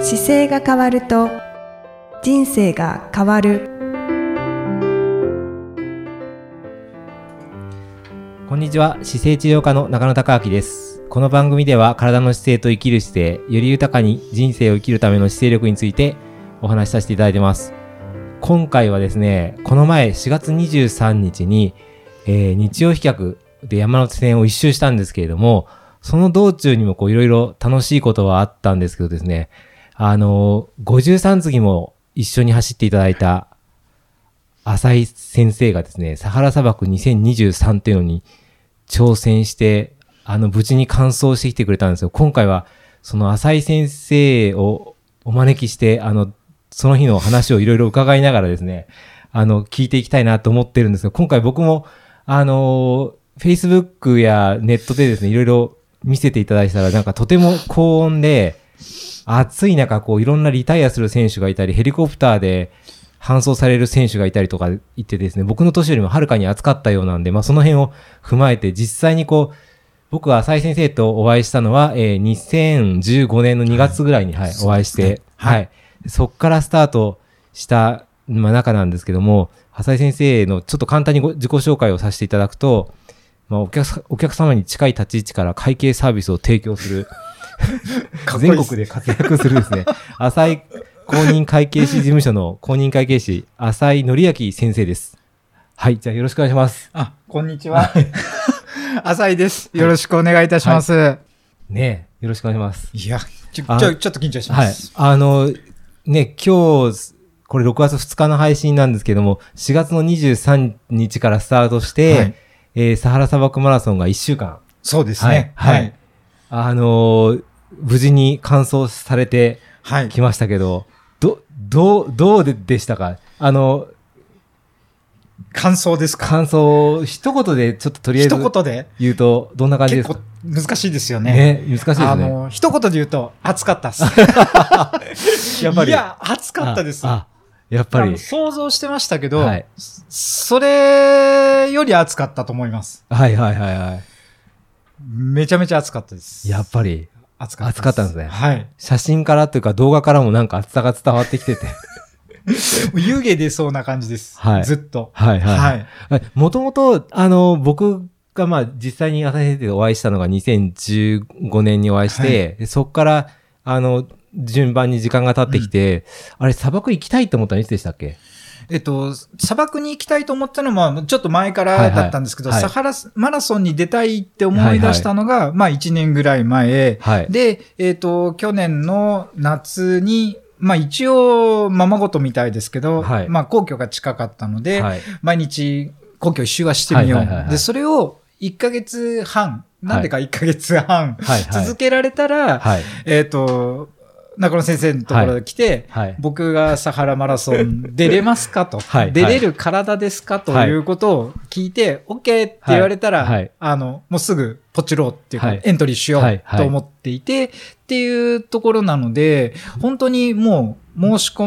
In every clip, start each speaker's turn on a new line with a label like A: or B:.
A: 姿勢が変わると人生が変わる
B: こんにちは姿勢治療科の中野孝明ですこの番組では体の姿勢と生きる姿勢より豊かに人生を生きるための姿勢力についてお話しさせていただいてます今回はですねこの前4月23日に、えー日曜飛脚で山手線を一周したんですけれどもその道中にもこういろいろ楽しいことはあったんですけどですねあの53次も一緒に走っていただいた浅井先生がですね、サハラ砂漠2023っていうのに挑戦して、あの、無事に完走してきてくれたんですよ。今回は、その浅井先生をお招きして、あの、その日の話をいろいろ伺いながらですね、あの、聞いていきたいなと思ってるんですが、今回僕も、あの、Facebook やネットでですね、いろいろ見せていただいたら、なんかとても高温で、暑い中、こう、いろんなリタイアする選手がいたり、ヘリコプターで搬送される選手がいたりとかいてですね、僕の年よりもはるかに暑かったようなんで、まあ、その辺を踏まえて、実際にこう、僕は浅井先生とお会いしたのは、えー2015年の2月ぐらいに、はいお会いして、はい、そっからスタートした、まあ、中なんですけども、浅井先生のちょっと簡単にご自己紹介をさせていただくと、まあ、お客さお客様に近い立ち位置から会計サービスを提供する、
C: かっこいい
B: 全
C: っす
B: 国で活躍するですね、浅井公認会計士事務所の公認会計士、浅井紀明先生です。はい、じゃあよろしくお願いします。
C: あ、こんにちは。 浅井です。よろしくお願いいたします。
B: ねえよろしくお願いします。
C: い、や、ちょ、
B: あ
C: ちょ、ちょっと緊張しま
B: はい
C: す。。
B: あの、ね、今日、これ6月2日の配信なんですけども、4月の23日からスタートして、
C: はい
B: えーサハラ砂漠マラソンが1週間、
C: そうですね。
B: は
C: はいい。
B: あのー無事に完走されて
C: はい。
B: きましたけど、ど、どう、どうででしたかあの、
C: 感想ですか
B: 感想を一言でちょっととりあえ
C: 一
B: ず
C: 言で
B: 言うと、どんな感じで
C: 結
B: すか
C: 構難しいですよね。
B: ね難しいです
C: あ
B: ね。
C: の、一言で言うと、暑かったっす。
B: やっぱり
C: いや、暑かったです。
B: あ
C: あ
B: あやっぱり
C: の。想像してましたけど
B: はい、
C: それより暑かったと思います。
B: はいはいはいは
C: めちゃめちゃ暑かったです。
B: い。やっぱり。
C: 暑
B: 暑かったんですね
C: はい。
B: 写真からというか動画からもなんか暑さが伝わってきてて。
C: もう湯気出そうな感じです。
B: はい
C: ずっ と。
B: はい
C: はい。
B: はい。もともと、あの、僕がまあ実際に朝日先生でお会いしたのが2015年にお会いして、でそこから、あの、順番に時間が経ってきて、あれ、砂漠行きたいと思ったのいつでしたっけ
C: えっと、砂漠に行きたいと思ったのは、まあちょっと前からだったんですけど、
B: はいはい
C: サハラマラソンに出たいって思い出したのが、まあ1年ぐらい前。
B: はい。
C: で、えっと、去年の夏に、まあ一応、ままごとみたいですけど、
B: はい
C: まあ皇居が近かったので、
B: はい。
C: 毎日皇居一周はしてみよう。
B: はいはいはいはい
C: で、それを1ヶ月半、なんでか1ヶ月半、
B: はい。はい
C: 続けられたら、
B: はい。
C: えっと、中野先生のところに来て、
B: はい。。
C: 僕がサハラマラソン出れますかと
B: はい
C: 出れる体ですかということを聞いて、OK って言われたら、
B: はいはい
C: あの、もうすぐポチろうっていうか、
B: はい
C: エントリーしよ
B: はいは
C: う
B: い
C: と思っていて、っていうところなので、本当にもう申し込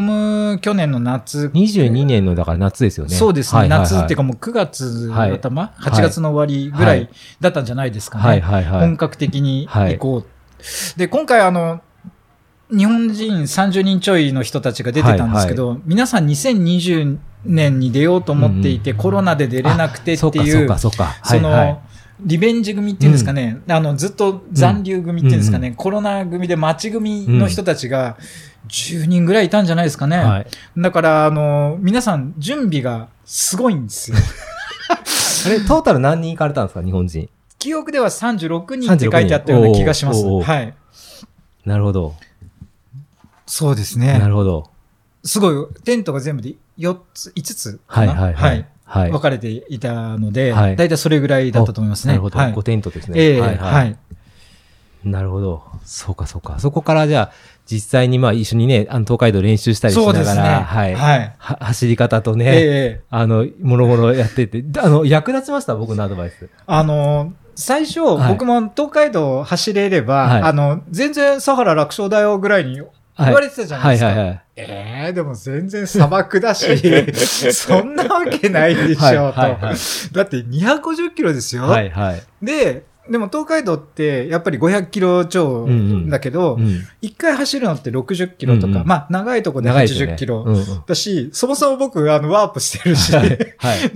C: む去年の夏、
B: 22年のだから夏ですよね。
C: そうですね、
B: はいはいはい
C: 夏っていうかもう9月の頭、
B: い
C: 8月の終わりぐら
B: はい
C: いだったんじゃないですかね。
B: はいはいは
C: 本
B: い。
C: 格的に行こう。で、今回あの、日本人30人ちょいの人たちが出てたんですけど、皆さん2020年に出ようと思っていて、
B: うんうん
C: コロナで出れなくてってい
B: そう
C: う、
B: かそうかそうか。
C: その、
B: はいはい
C: リベンジ組っていうんですかね、あの、ずっと残留組っていうんですかね、コロナ組で待ち組の人たちが10人ぐらいいたんじゃないですかね。
B: はい。
C: だから、あの、皆さん準備がすごい んですよ。
B: あれ、トータル何人行かれたんですか日本人。
C: 記憶では36人って書いてあったような気がします。
B: おーおーおー
C: はい。
B: なるほど。
C: そうです
B: なるほど。
C: すごい、テントが全部で4つ、5つ
B: は
C: か
B: い
C: な
B: はいはい。はい
C: 分。かれていたので、
B: はい
C: 大体それぐらいだったと思いますね。
B: なるほど。
C: はい
B: 5テントですね。
C: ええはい。
B: なるほど。そうか、そうか。そこからじゃあ、実際にまあ一緒にね、あの東海道練習したりし
C: そ
B: な
C: う
B: が
C: で
B: ら、
C: すね。
B: はい、は
C: はい。
B: 走り方と
C: え
B: ね、
C: え
B: あの、もろもろやってて、であの、役立ちました、僕のアドバイス。
C: あの、最初、
B: はい
C: 僕も東海道を走れれば、
B: はい
C: あの、全然サハラ楽勝だよぐらいに言
B: はい
C: われてたじゃな
B: はい
C: いですか。
B: はいはい。
C: ええでも全然砂漠 だし、そんなわけないでしょうと。
B: はいはいはい
C: だって250キロですよ。
B: はいはい。
C: で、でも東海道ってやっぱり500キロ超だけど、
B: うん
C: 一回走るのって60キロとか、
B: うんうん
C: まあ長いとこで
B: 長いですよね
C: 80キロ
B: うんうん
C: だし、そもそも僕、あの、ワープしてるし、
B: はい。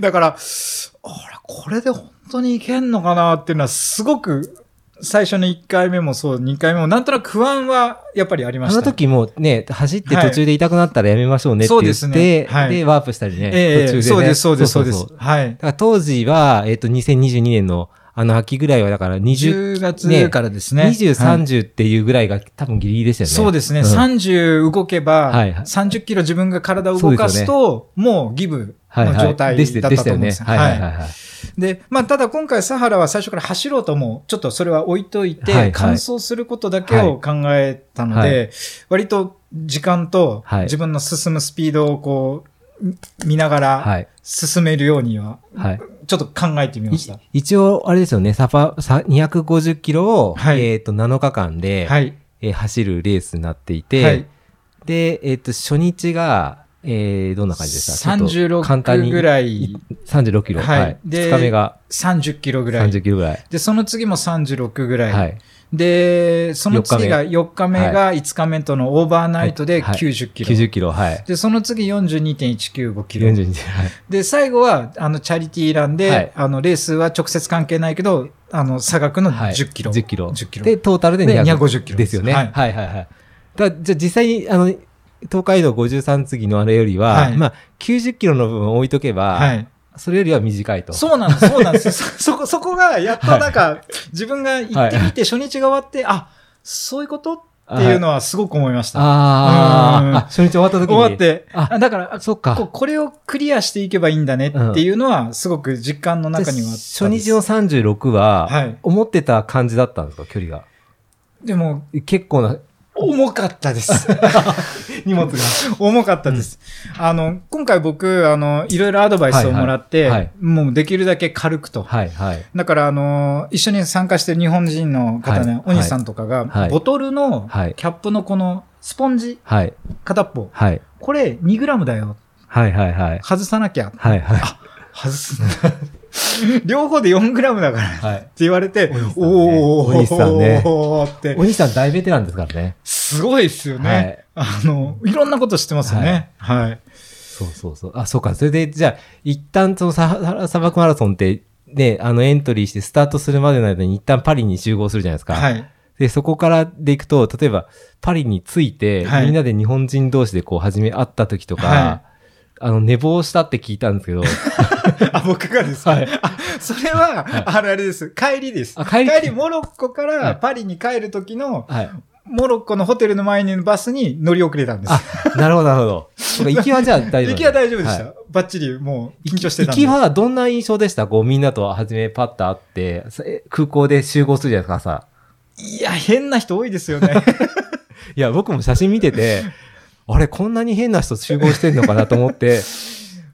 C: だから、あら、これで本当にいけんのかなっていうのは、すごく、最初の1回目もそう、2回目も、なんとなく不安はやっぱりありま
B: あ
C: した。
B: の時もね、走って途中で痛くなったらやめましょうねって
C: そう
B: 言
C: で
B: って、
C: すねはい
B: で、ワープしたりね、
C: え
B: 途
C: え
B: 中でね。
C: そうです、そうです、そうです。
B: そうそう
C: はい
B: だ。から当時は、えっ、と、2022年のあの秋ぐらいは、だから20、
C: 10月からですね。
B: 20、
C: はい
B: 30っていうぐらいが多分ギリギリでしたよね。
C: そうですね。
B: ん
C: 30動けば、
B: はいはい
C: 30キロ自分が体を動かすと、もうギブの状態だったと思うん
B: で
C: で
B: し
C: す
B: たよね。はいはいはいはい。
C: で、まあ、ただ今回、サハラは最初から走ろうとも、ちょっとそれは置いといて、
B: はいはい
C: 完走することだけを考えたので、
B: はいは
C: 割と時間と
B: はい
C: 自分の進むスピードをこう、み見ながら
B: はい。
C: 進めるようには、
B: はい。
C: ちょっと考えてみました。
B: い一応、あれですよね、サパ、さ250キロを、
C: はい
B: えっ、と、7日間で、
C: はい。
B: えー走るレースになっていて、
C: はい
B: で、えっ、と、初日が、えー、どんな感じでしたちょっと簡単
C: 36
B: に
C: ぐらい、
B: 36キロ。
C: はい
B: はい。二
C: で
B: 日目が
C: 30キロぐらい。
B: 30キロぐらい。
C: で、その次も36ぐらい。
B: はい。
C: で、その次が4日目が5日目とのオーバーナイトで
B: はい
C: 90キロ。
B: 90キロ、はい。
C: で、その次42.195キロ。
B: 42キロ。はい
C: で、最後は、あの、チャリティーランで、
B: はい
C: あの、レースは直接関係ないけど、あの、差額の
B: はい
C: 10キロ。
B: 10キロ。
C: 10キロ。
B: で、トータルで
C: で
B: 200
C: 250キロ
B: で
C: ですす
B: よね。は
C: はいい
B: はいはい。だじゃあ実際に、あの、東海道53次のあれよりは、
C: はい
B: まあ、90キロの部分を置いとけば、
C: はい。
B: それよりは短いと。
C: そうなんです、そうなんです。そ、 そこ、そこが、やっとなんか、自分が行ってみて、初日が終わって、あ、そういうことっていうのはすごく思いました。
B: あ
C: うん
B: ーあ、初日終わった時に。
C: 終わっ。て、
B: あ
C: あだから、
B: そっか
C: ここれをクリアしていけばいいんだねっていうのは、すごく実感の中にはあったです
B: 初日の36は、
C: はい
B: 思ってた感じだったんですか、距離が。
C: でも、
B: 結構な
C: 重かったです。
B: 荷物が。
C: 重かったです。あの、今回僕、あの、いろいろアドバイスをもらって、
B: はいはいはい
C: もうできるだけ軽くと。
B: はいはい。
C: だから、あの、一緒に参加してる日本人の方ね、
B: はい
C: お兄さんとかが、
B: はい
C: ボトルのキ
B: はい
C: ャップのこのスポンジ、
B: はい。
C: 片っぽ、
B: はい。
C: これ 2g だよ。
B: はいはいはい。
C: 外さなきゃ。
B: はいはい。
C: 外すんだ。 両方で 4g だから。
B: はい
C: って言われて、
B: お
C: おー、
B: 兄さんね
C: おーって
B: お、兄さん大ベテランですからね。
C: すごいですよね。あの、いろんなこと知ってますよね。はい。
B: そうそうそう。あ、そうか。それで、じゃあ、一旦そのサハ砂漠マラソンって、ね、あのエントリーしてスタートするまでの間に一旦パリに集合するじゃないですか。
C: はい。
B: で、そこからで行くと、例えば、パリに着いて、
C: はい
B: みんなで日本人同士でこう、初め会った時とか、
C: は
B: あの、寝坊したって聞いたんです けど、
C: あ、僕がですか、
B: はい
C: あ、それは、あれあれです。帰りです。
B: あ帰り
C: モロッコか
B: は
C: ら
B: い
C: パリに帰る時の、
B: はい。
C: モロッコのホテルの前にバスに乗り遅れたんです。
B: あ、なるほど、なるほど。そうか行きは じゃあ大丈夫。
C: 行きは大丈夫でした。
B: はい
C: バッチリ、もう、緊張してた
B: 行
C: ん
B: き
C: で。
B: はどんな印象でしたこう、みんなと初めパッと会って、さえ空港で集合するじゃないですか、朝。
C: いや、変な人多いですよね。
B: いや、僕も写真見て て、あれ、こんなに変な人集合してんのかなと思って、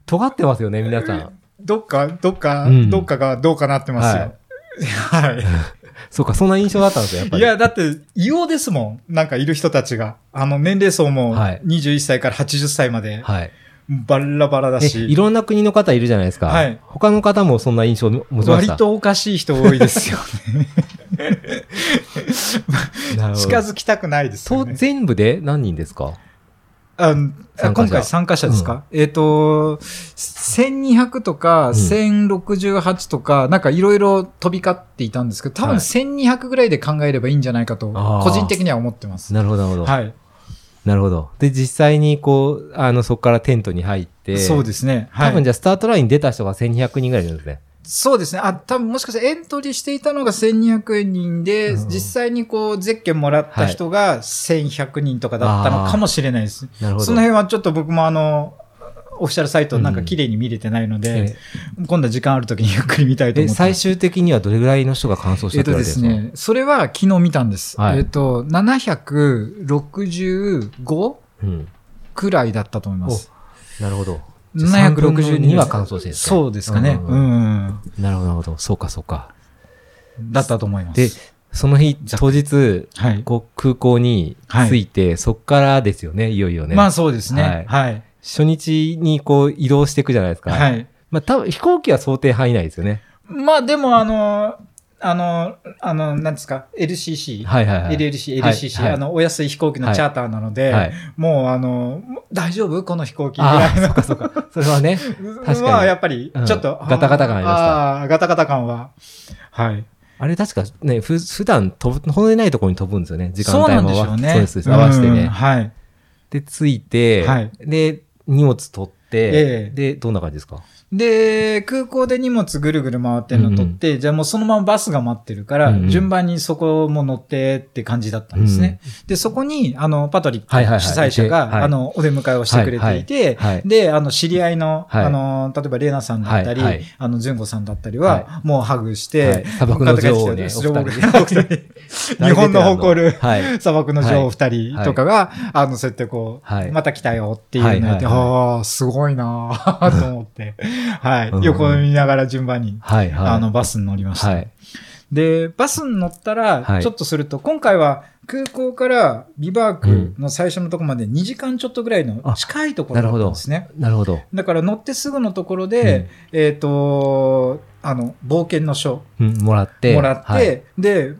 B: 尖ってますよね、皆さん。
C: どっか、どっか、
B: うん
C: どっかがどうかなってますよ。はい。
B: そうか、そんな印象だったんですよ、やっぱ
C: い
B: り。
C: や、だって、異様ですもん。なんかいる人たちが。あの、年齢層も
B: はい
C: 21歳から80歳まで、
B: はい。
C: バラバラだ
B: え、
C: し。
B: いろんな国の方いるじゃないですか。
C: はい
B: 他の方もそんな印象持ちました。
C: 割とおかしい人多いで すよね。
B: なるほど、
C: 近づきたくないですよ
B: と
C: ね。
B: 全部で何人ですか
C: あのあ
B: 参加者
C: 今回参加者ですか、えっ、と、1200とか
B: ん
C: 1068とか、なんかいろいろ飛び交っていたんですけど、多
B: はい
C: 分1200ぐらいで考えればいいんじゃないかと、
B: あー
C: 個人的には思ってます。
B: なるほど、なるほど。
C: はい。
B: なるほど。で、実際にこう、あの、そこからテントに入って、
C: そうですね。は
B: 多分
C: い。
B: じゃあ、スタートライン出た人が1200人ぐらいいるんですね。
C: そうですね。あ、多分もしかしてエントリーしていたのが1200人で、
B: うん
C: 実際にこう、ゼッケンもらった人が1100人とかだったのかもしれないです。
B: なるほど。
C: その辺はちょっと僕もあの、オフィシャルサイトなんか綺麗に見れてないので、今度は時間あるときにゆっくり見たいと
B: ええ
C: 思ってます。
B: 最終的にはどれぐらいの人が完走し
C: え
B: た
C: っ
B: って言わ
C: と
B: れ
C: で
B: てる
C: す
B: んですか、
C: ね、それは昨日見たんです。
B: はい
C: えっと、765
B: うん。
C: くらいだったと思います。
B: おなるほど。
C: 762
B: 762は乾燥してるんですね
C: そうですかね。
B: う
C: うんん、
B: なるほど、なるほど。そうか、そうか。
C: だったと思います。
B: で、その日、当日、
C: はい。
B: こう空港に着いて、そっからですよね、いよいよね。
C: まあそうです
B: はい
C: ね。はい。
B: 初日にこう移動していくじゃないですか。
C: はい。
B: まあ多分飛行機は想定範囲内ですよね。
C: まあでもあの、あの、あの、なんですか、LCC、
B: はいはいはい。
C: LLC、
B: はい
C: LCC、
B: はい
C: あの、お安い飛行機のチャーターなので、
B: はい。
C: もうあの、大丈夫この飛行機ぐ
B: ああ、
C: らい
B: そ
C: の
B: っかそ っか。それはね。かに
C: は、やっぱり
B: うん、
C: ちょっと、
B: ガタガタ感ありました
C: あーガタガタ感は。はい。
B: あれ確かね、ふ普段飛ぶ、骨ないところに飛ぶんですよね。時間帯も合わ
C: そうなんでしょうね。
B: そうですそうです合わせて
C: うん
B: ね。
C: はい。
B: で、着いて、
C: はい
B: で、荷物取って、
C: ええ
B: で、どんな感じですか
C: で、空港で荷物ぐるぐる回ってるの取って、じゃあもうそのままバスが待ってるから、
B: うんうん
C: 順番にそこも乗ってって感じだったんですね。で、そこに、あの、パトリック、
B: はいはいはい
C: 主催
B: い
C: 者が、
B: てはい
C: あの、お出迎えをしてくれていて、
B: はい。
C: で、あの、知り合いの、
B: はい
C: あの、例えば、レイナさんだったり、
B: はいはい
C: あの、純子さんだったりは、もうハグして、
B: はい砂漠の女王ね
C: 向か って帰ってき
B: お
C: た女王日本の誇る、
B: はい。
C: 砂漠の女王二人とかが、あの、そうやってこう、
B: はい
C: また来たよっていうのを言って、
B: はいはい
C: ああ、すごいな あと思って、はい、
B: うん
C: 横を見ながら順番に、
B: はい、はい。
C: あの、、バスに乗りました。
B: はい。
C: で、バスに乗った
B: は
C: ら、
B: い
C: ちょっとすると、今回は空港からビバークの最初のところまで2時間ちょっとぐらいの近いところだったんですね。
B: なるほど。
C: だから乗ってすぐのところで、えっ、と、あの、冒険の書
B: うん、もらって。
C: もらって、
B: はい
C: で、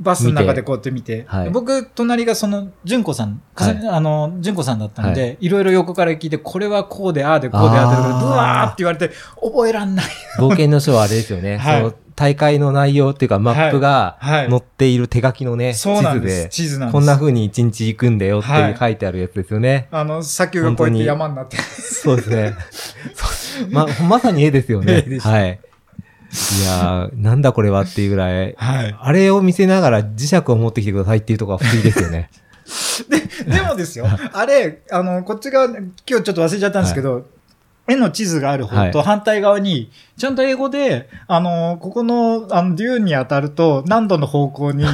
C: バスの中でこうやって見て、
B: はい
C: 僕、隣がその、純子さん、かさ
B: はい
C: あの、純子さんだったので、、
B: はい
C: ろいろ横から聞いて、これはこうで、ああで、こうで、ああで、
B: あー
C: ブワーって言われて、覚えらんない。
B: 冒険の書はあれですよね。
C: はい
B: その大会の内容っていうか、マップが
C: はい
B: 載っている手書きのね、
C: そうなんです。
B: 地
C: 地図な
B: 図で、
C: んで
B: こん
C: す。
B: な風に一日行くんだよって
C: は
B: いう
C: い
B: 書いてあるやつですよ ね。
C: あの、砂丘がこうやって山になって。
B: そうですね。 そうま、まさに絵ですよね。
C: 絵です
B: はい。いやー、なんだこれはっていうぐらい。
C: はい。
B: あれを見せながら磁石を持ってきてくださいっていうところは不思議ですよ ね。
C: でもですよ、あれ、あの、こっち側、今日ちょっと忘れちゃったんですけど、絵の地図がある方と反対側に、ちゃんと英語で、あの、ここの、あの、デューンに当たると、何度の方向に、 っ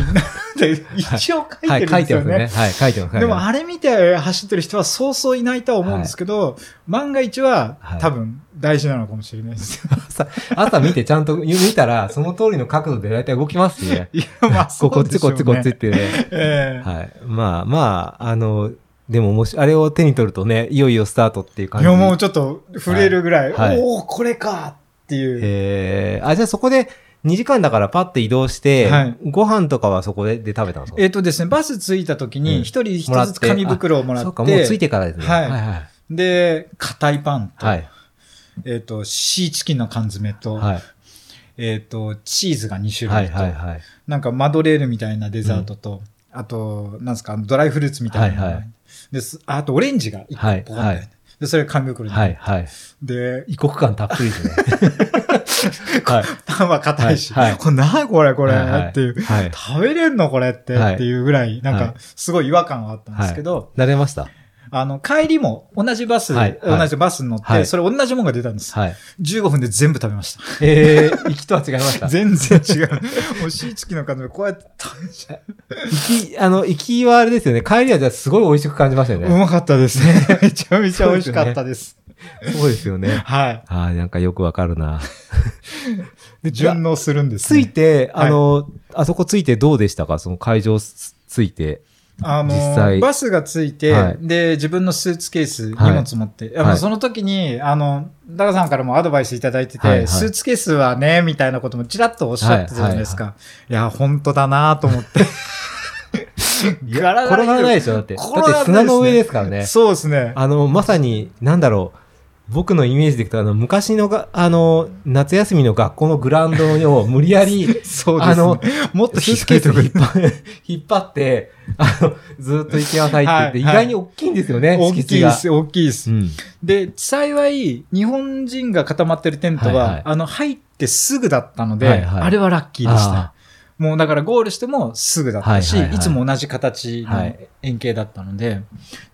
C: て一応書
B: はい
C: て
B: い、
C: る
B: 書
C: ん
B: い
C: です
B: てま
C: よ
B: す
C: ね。
B: ね。はい、書いてます。
C: でも、
B: あ
C: あれ見て走ってる人はそうそういないとは思うんですけど、万が一は
B: はい、
C: 多分、大事なのかもしれないで すよ。
B: 朝、朝見てちゃんと見たら、その通りの角度で大体動きますしね。
C: いや、まあ、そ
B: ここ
C: う
B: っち
C: でしょ
B: こ
C: う
B: っ
C: ね。
B: ちこっちっていうね。
C: ええ
B: はい。まあまあ、あの、でももし、あれを手に取るとね、いよいよスタートっていう感
C: い
B: じ。
C: や、もうちょっと震えるぐらい、
B: はいはい
C: おおこれかっていう。
B: えー、あ、じゃあそこで2時間だからパッて移動して、
C: はい
B: ご飯とかはそこでで食べたんですか
C: えっ、とですね、バス着いた時
B: うん
C: に、一人一
B: もら
C: つ
B: っ
C: ずつ
B: て
C: 紙袋をもらって、
B: そうか、もうついてからですね。
C: はい
B: はいはい。
C: で、硬いパンと、
B: はい。
C: えっ、と、シーチキンの缶詰と、
B: はい。
C: えっ、と、チーズが2種
B: はい。
C: 類と、
B: はい。はい。
C: なんかマドレーヌみたいなデザートと、あと、なんですか、あのドライフルーツみたいなのが
B: はいはい
C: です。あと、オレンジが1個
B: はい
C: ポコンって入って
B: はい
C: で、それ紙袋に、
B: はい。はい。
C: で、
B: 異国感たっぷりですね。 はい。
C: パンは硬いし、
B: はいはい
C: これ、なにこれ、これ、
B: はいはい
C: っていう。
B: はい。
C: 食べれんのこれって、
B: はい
C: っていうぐらい、なん
B: はい
C: か、すごい違和感はあったんですけど、
B: 慣れました。
C: あの、帰りも同じバス、
B: はいはい
C: 同じバスに乗って、
B: はい
C: それ同じもんが出たんです。
B: はい。
C: 15分で全部食べまし
B: えー、行きとは違いました
C: た。。全然違う。もうシーチキンの感じでこうやって食べちゃ
B: 行き、あの、行きはあれですよね。帰りはじゃあすごい美味しく感じましたよ
C: う。う
B: ね。
C: まかったです ね。めちゃめちゃ美味しかったです。
B: そうですよね。
C: はい。
B: ああ、なんかよくわかるな。で
C: 順応するんです、
B: つい
C: ね。
B: て、
C: はい
B: あの、あそこついてどうでしたかその会場つついて。
C: あの
B: 実際
C: バスがついて、
B: はい
C: で、自分のスーツケース、荷
B: はい
C: 物持って、あ
B: は
C: の
B: い
C: その時に、あの、ダカさんからもアドバイスいただいてて、
B: はいはい
C: スーツケースはね、みたいなこともちらっとおっしゃってたじゃないですか。いや、本当だなと思って。ガラガラ
B: 転がら ないでしょだって。だ
C: 転がらない
B: って砂の上ですからね。
C: そうですね。
B: あの、まさに、なんだろう。僕のイメージでいくと、あの、昔のが、あの、夏休みの学校のグラウンドを無理や り、
C: そうですね。
B: あの、
C: もっと
B: スーツ
C: 低
B: ケー
C: い
B: ス
C: とこ
B: 引っ張 引っ張って、あの、ずっと行きなさいって言って、
C: はい
B: 意外に大きいんですよね、
C: 大
B: 敷
C: きい
B: 地
C: で
B: が。
C: す、大きいです。
B: うん。
C: で、幸い、日本人が固まってるテントは、
B: はいはい
C: あの、入ってすぐだったので、
B: はいはい
C: あれはラッキーでし
B: あ
C: た。もうだからゴールしてもすぐだったし、
B: はい
C: い
B: はいはい
C: つも同じ形
B: は
C: の
B: い
C: 円形だったので、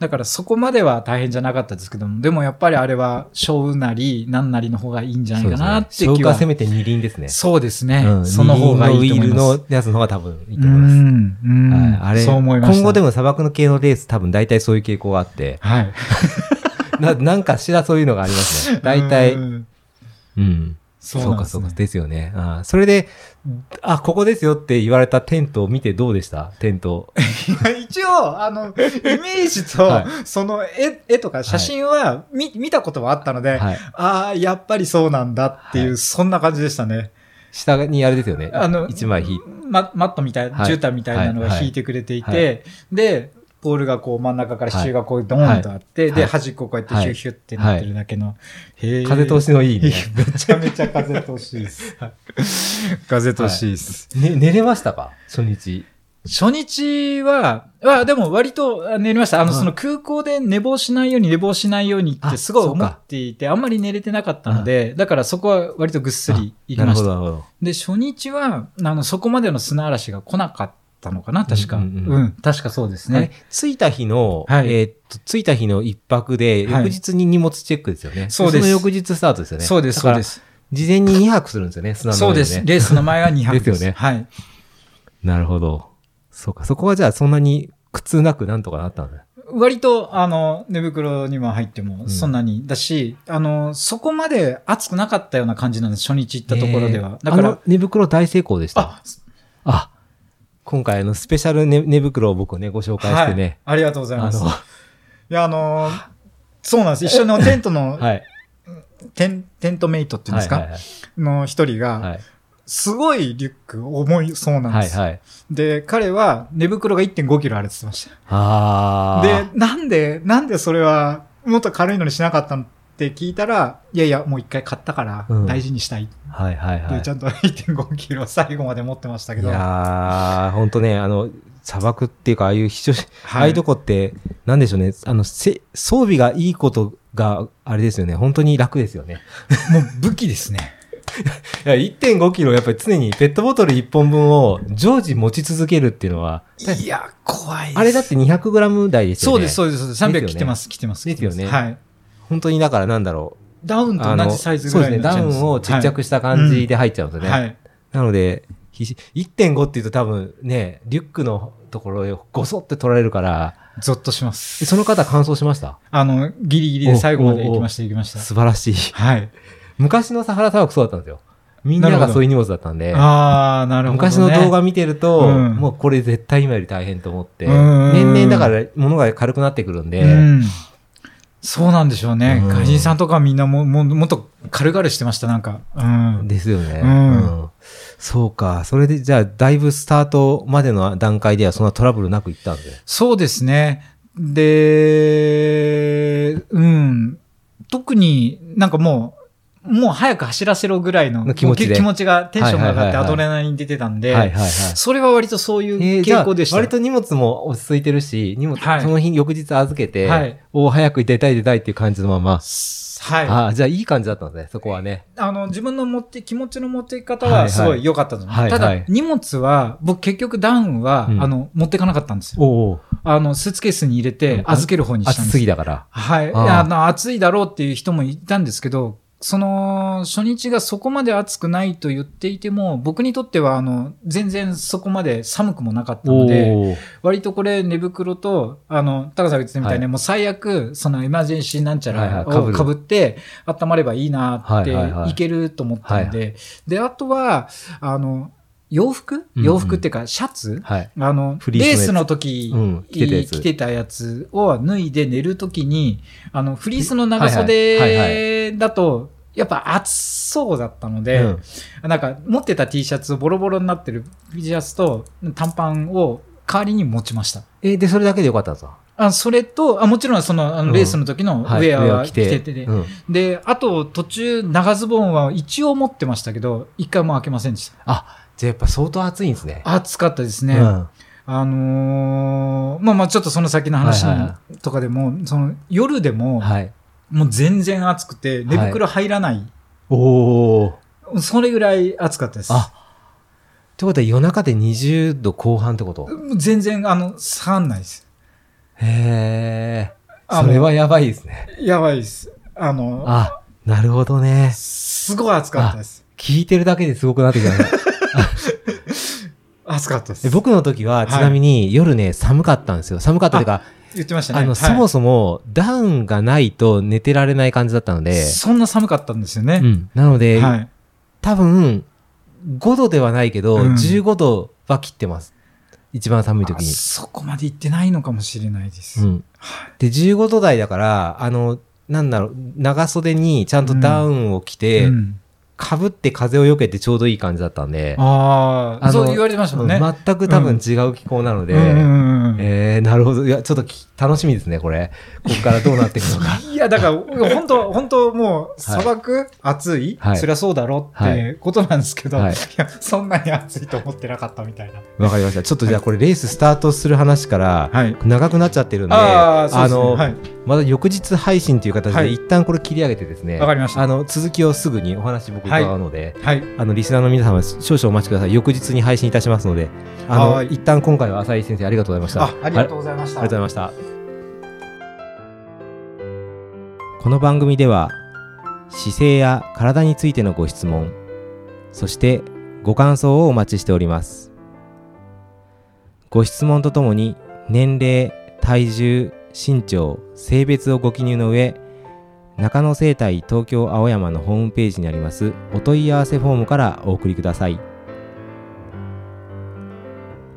C: だからそこまでは大変じゃなかったですけども、でもやっぱりあれは小雨なりなんなりの方がいいんじゃないかなって
B: 消
C: 気
B: 化
C: は。
B: せめて二輪ですね。
C: そうですね、
B: うん
C: その方がいいと思
B: 二
C: い
B: 輪のウ
C: ま
B: ィ
C: す。
B: ールのやつの方が多分いいうと思います。
C: ん、うん、
B: はいあれ、
C: そう思いました。
B: 今後でも砂漠の系のレース多分大体そういう傾向があって、
C: はい。
B: ななんかしらそういうのがありますね。大体。
C: う
B: うんん。
C: そう
B: そう
C: なん
B: か
C: です
B: そう
C: ね
B: か。ですよね。あーそれで、あ、ここですよって言われたテントを見てどうでしたテント。
C: 一応、あの、イメージ と、
B: は
C: その絵絵とか写真は見,、見たことはあったので、
B: はい。
C: ああ、やっぱりそうなんだっていう、
B: はい
C: そんな感じでしたね。
B: 下にあれですよね。
C: あの
B: 一枚引いて。
C: ま、マットみたいな、
B: はい
C: 絨毯みたいなのが
B: はい
C: 引いてくれていて、
B: はいは
C: で、ポールがこう真ん中から支柱がこうドーンとあって、
B: はい
C: で、端っここうやってヒュッヒュッってなってるだけの。へー
B: 風通しのいいね。
C: めちゃめちゃ風通しいいです。 風通しいいです。
B: ね寝れましたか初日。
C: 初日は、あでも割とあ寝れました。あの、
B: はい
C: その空港で寝坊しないように寝坊しないようにって
B: あ
C: すごい
B: そう
C: 思
B: か
C: っていて、あんまり寝れてなかったので、だからそこは割とぐっすり行き
B: なる
C: ま
B: ほ
C: し
B: ど、
C: た。
B: なるほど。
C: で、初日は、あの、そこまでの砂嵐が来なかったのかな、確か。う
B: うんんうんうん
C: 確かそうです
B: あれ
C: ね。
B: 着いた日の、
C: はい
B: えーっと、着いた日の一泊で、
C: はい
B: 翌日に荷物チェックですよね。
C: そうで
B: そ
C: す
B: の翌日スタートですよね。。
C: そうです、そうですす。
B: 事前に2泊するんですよね、砂の
C: そ
B: 上
C: う
B: で、
C: で
B: ね。
C: す。レースの前は2泊 です。
B: ですよね
C: はい。
B: なるほど。そうか、そこはじゃあそんなに苦痛なくなんとかなったんだ。
C: 割と、あの、寝袋にも入っても、
B: ん
C: そんなに、だし、あの、そこまで暑くなかったような感じなんです、初日行ったところでは。
B: えー
C: だか
B: あ
C: ら
B: の、寝袋大成功でした。
C: あ、
B: あ今回あのスペシャル寝寝袋を僕ね、ご紹介してね。
C: はい。ありがとうござい
B: あ
C: ます。い
B: の、
C: や、あのー、そうなんです。一緒のテントの、
B: はい。
C: テンテントメイトっていうんですか、
B: はいはい
C: の一
B: は
C: 人
B: い
C: が、
B: はい。
C: すごいリュック重いそうなん
B: は
C: で
B: い
C: す。
B: はい。
C: で、彼は寝袋が1.5キロあるって言ってまし
B: あ
C: た。
B: ー
C: で、なんで、なんでそれは、もっと軽いのにしなかったのって聞いたら、いやいや、もう一回買ったから
B: うん
C: 大事にしたいって、
B: はいはいはい。
C: ちゃんと1.5キロ最後まで持ってましたけ
B: い
C: ど。
B: やー、ほんとね、あの、砂漠っていうか、ああいう非常識、
C: はい
B: ああいうとこって、なんでしょうね、あの、せ装備がいいことが、あれですよね、本当に楽ですよね。
C: もう武器ですね。
B: いや、1.5キロ、やっぱり常にペットボトル1本分を常時持ち続けるっていうのは、
C: いや、怖いです
B: あれだって200グラム台ですよね。
C: そうです、そうです、そうです。300
B: ですよね
C: 切ってます、切ってます。
B: ですよね
C: 切ってますはい。
B: 本当にだからなんだろう。
C: ダウンと
B: あ
C: 同
B: の
C: じサイズぐらい
B: そう
C: に
B: です
C: な
B: ね、ダ
C: っちゃい
B: ウ
C: ます
B: ンをちっちゃくした感じで入っちゃうんですよね。
C: はい。
B: なので、必死1.5っていうと多分ね、リュックのところをごそって取られるから、
C: ゾッとします。
B: えその方乾燥しました
C: あの、ギリギリで最後まで行きました、行きました。
B: 素晴らしい。
C: はい。
B: 昔のサハラ砂漠そうだったんですよ。みんな
C: なるほ
B: が
C: ど
B: そういう荷物だったんで、
C: ああ、なるほど、ね。
B: 昔の動画見てると、
C: うん
B: もうこれ絶対今より大変と思って、
C: うんうんうん
B: 年々だから物が軽くなってくるんで、
C: うん。そうなんでしょうね。
B: うん
C: 外人さんとかはみんなも、も、もっと軽々してました、なんか。うん。
B: ですよね、
C: うん
B: うんそうか。それでじゃあ、だいぶスタートまでの段階ではそんなトラブルなくいったんで。
C: そうですね。で、うん。特になんかもう、もう早く走らせろぐらいの
B: の気持ちで
C: もう気持ちが、テンションが
B: はい
C: 上がって
B: はいはいは
C: ア
B: い
C: ドレナリン出てたんで、
B: はいはいはい。
C: それは割とそうい
B: え
C: う
B: ーじゃあ
C: 傾向でした。
B: 割と荷物も落ち着いてるし、荷物、
C: はい
B: その日翌日預けて、
C: はい
B: お早く出たい出たいっていう感じのまま。
C: はい。
B: ああ、じゃあいい感じだったんですね、そこはね。
C: あの、自分の持って、気持ちの持っていき方
B: はいは
C: は、
B: い
C: すごい良かったと思う。
B: はいはい
C: ただ、荷物は、僕結局ダウンは、
B: うん
C: あの、持ってかなかったんですよ。
B: おうおう
C: あの、スーツケースに入れて、
B: うん
C: 預ける方にした
B: 暑
C: んですす。
B: ぎだから。
C: はい。
B: ああ
C: あの、暑いだろうっていう人もいたんですけど、その、初日がそこまで暑くないと言っていても、僕にとっては、あの、全然そこまで寒くもなかったので、
B: おー
C: 割とこれ、寝袋と、あの、高さんが言ってたみたいに、
B: はい
C: もう最悪、そのエマージェンシーなんちゃ
B: はいはい
C: ら
B: 被
C: を
B: る
C: かぶって、温まればいいなって、
B: はいはいはい
C: いけると思ったんで、で、あとは、あの、洋服
B: うん
C: 洋服っていうか、シャツ
B: はい。
C: あの、
B: フリースの
C: レー
B: やつ
C: スの時
B: うん着てたやつ
C: 着てたやつを脱いで寝る時に、あの、フリースの長
B: はいはいは
C: 袖だと、やっぱ暑そうだったので、
B: うん
C: なんか持ってた T シャツをボロボロになってる T シャツと短パンを代わりに持ちました。
B: え、で、それだけでよかったんですか
C: あそれとあ、もちろんそのあ
B: うん
C: のレースの時のウ
B: はい
C: ェア
B: 上
C: は
B: を
C: 着てて、
B: うん
C: で、あと途中長ズボンは一応持ってましたけど、一回も開けませんでした。
B: あ、じゃあやっぱ相当暑いんですね。
C: 暑かったです
B: う
C: ね。
B: ん。
C: あのーまあまあちょっとその先の話
B: はいはいは
C: とかでも、その夜でも、
B: はい。
C: もう全然暑くて、寝袋入らない。
B: おー。っ
C: それぐらい暑かったです。
B: あてことは夜中で20度後半ってこと
C: もう全然、あの、下がんないです。
B: へー。
C: あ
B: そ
C: の
B: れはやばいですね。
C: やばいです。あの、
B: あ、なるほどね。
C: すごい暑かったです。
B: 聞いてるだけですごくなってきました。
C: 暑かったで。
B: です僕の時は、ちなみに夜ね、寒かったんですよ。寒かったというか、
C: 言ってましたね。
B: あの、
C: はい
B: そもそもダウンがないと寝てられない感じだったので、
C: そんな寒かったんですよ
B: う
C: ね。
B: ん。なので、
C: はい。
B: 多分、5度ではないけど、
C: うん
B: 15度は切ってます。一番寒い時
C: あ
B: に。
C: そこまで行ってないのかもしれないです。
B: うん。で、15度台だから、あの、なんだろう、長袖にちゃんとダウンを着て、
C: うん
B: かぶって風をよけてちょうどいい感じだったんで、
C: あ
B: あの
C: あ、そう言われてましたもんね。
B: うん全く多分違う気候なので、
C: うんうんうん
B: えー、なるほど。いや、ちょっとき楽しみですね、これ。ここからどうなっていくの か。
C: いや、だから、本当本当もう、砂漠、暑い、
B: はい
C: そりゃそうだろっ
B: は
C: て
B: い
C: ことなんですけど、
B: はい
C: い、や、そんなに暑いと思ってなかったみたいな。
B: わかりました。ちょっとじゃあこれレーススタートする話から、
C: はい
B: 長くなっちゃってるんで、
C: ああ、そうですね。
B: の、
C: はい。
B: まだ翌日配信という形
C: は
B: で
C: い
B: 一旦これ切り上げてですね、
C: わかりました
B: あの、続きをすぐにお話僕伺うので、
C: はい。
B: あの、リスナーの皆様少々お待ちください。翌日に配信いたしますので、あの、
C: はい
B: 一旦今回は浅井先生ありがとうございました。
C: あ、ありがとうございまし
B: あり
C: た。
B: がとうございました。この番組では姿勢や体についてのご質問、そしてご感想をお待ちしております。ご質問とともに年齢、体重、身長、性別をご記入の上、中野生態東京青山のホームページにありますお問い合わせフォームからお送りください。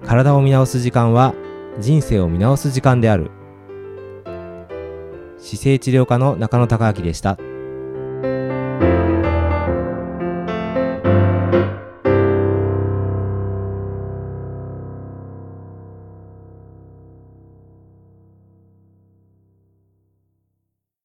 B: 体を見直す時間は人生を見直す時間である姿勢治療科の中野孝明でした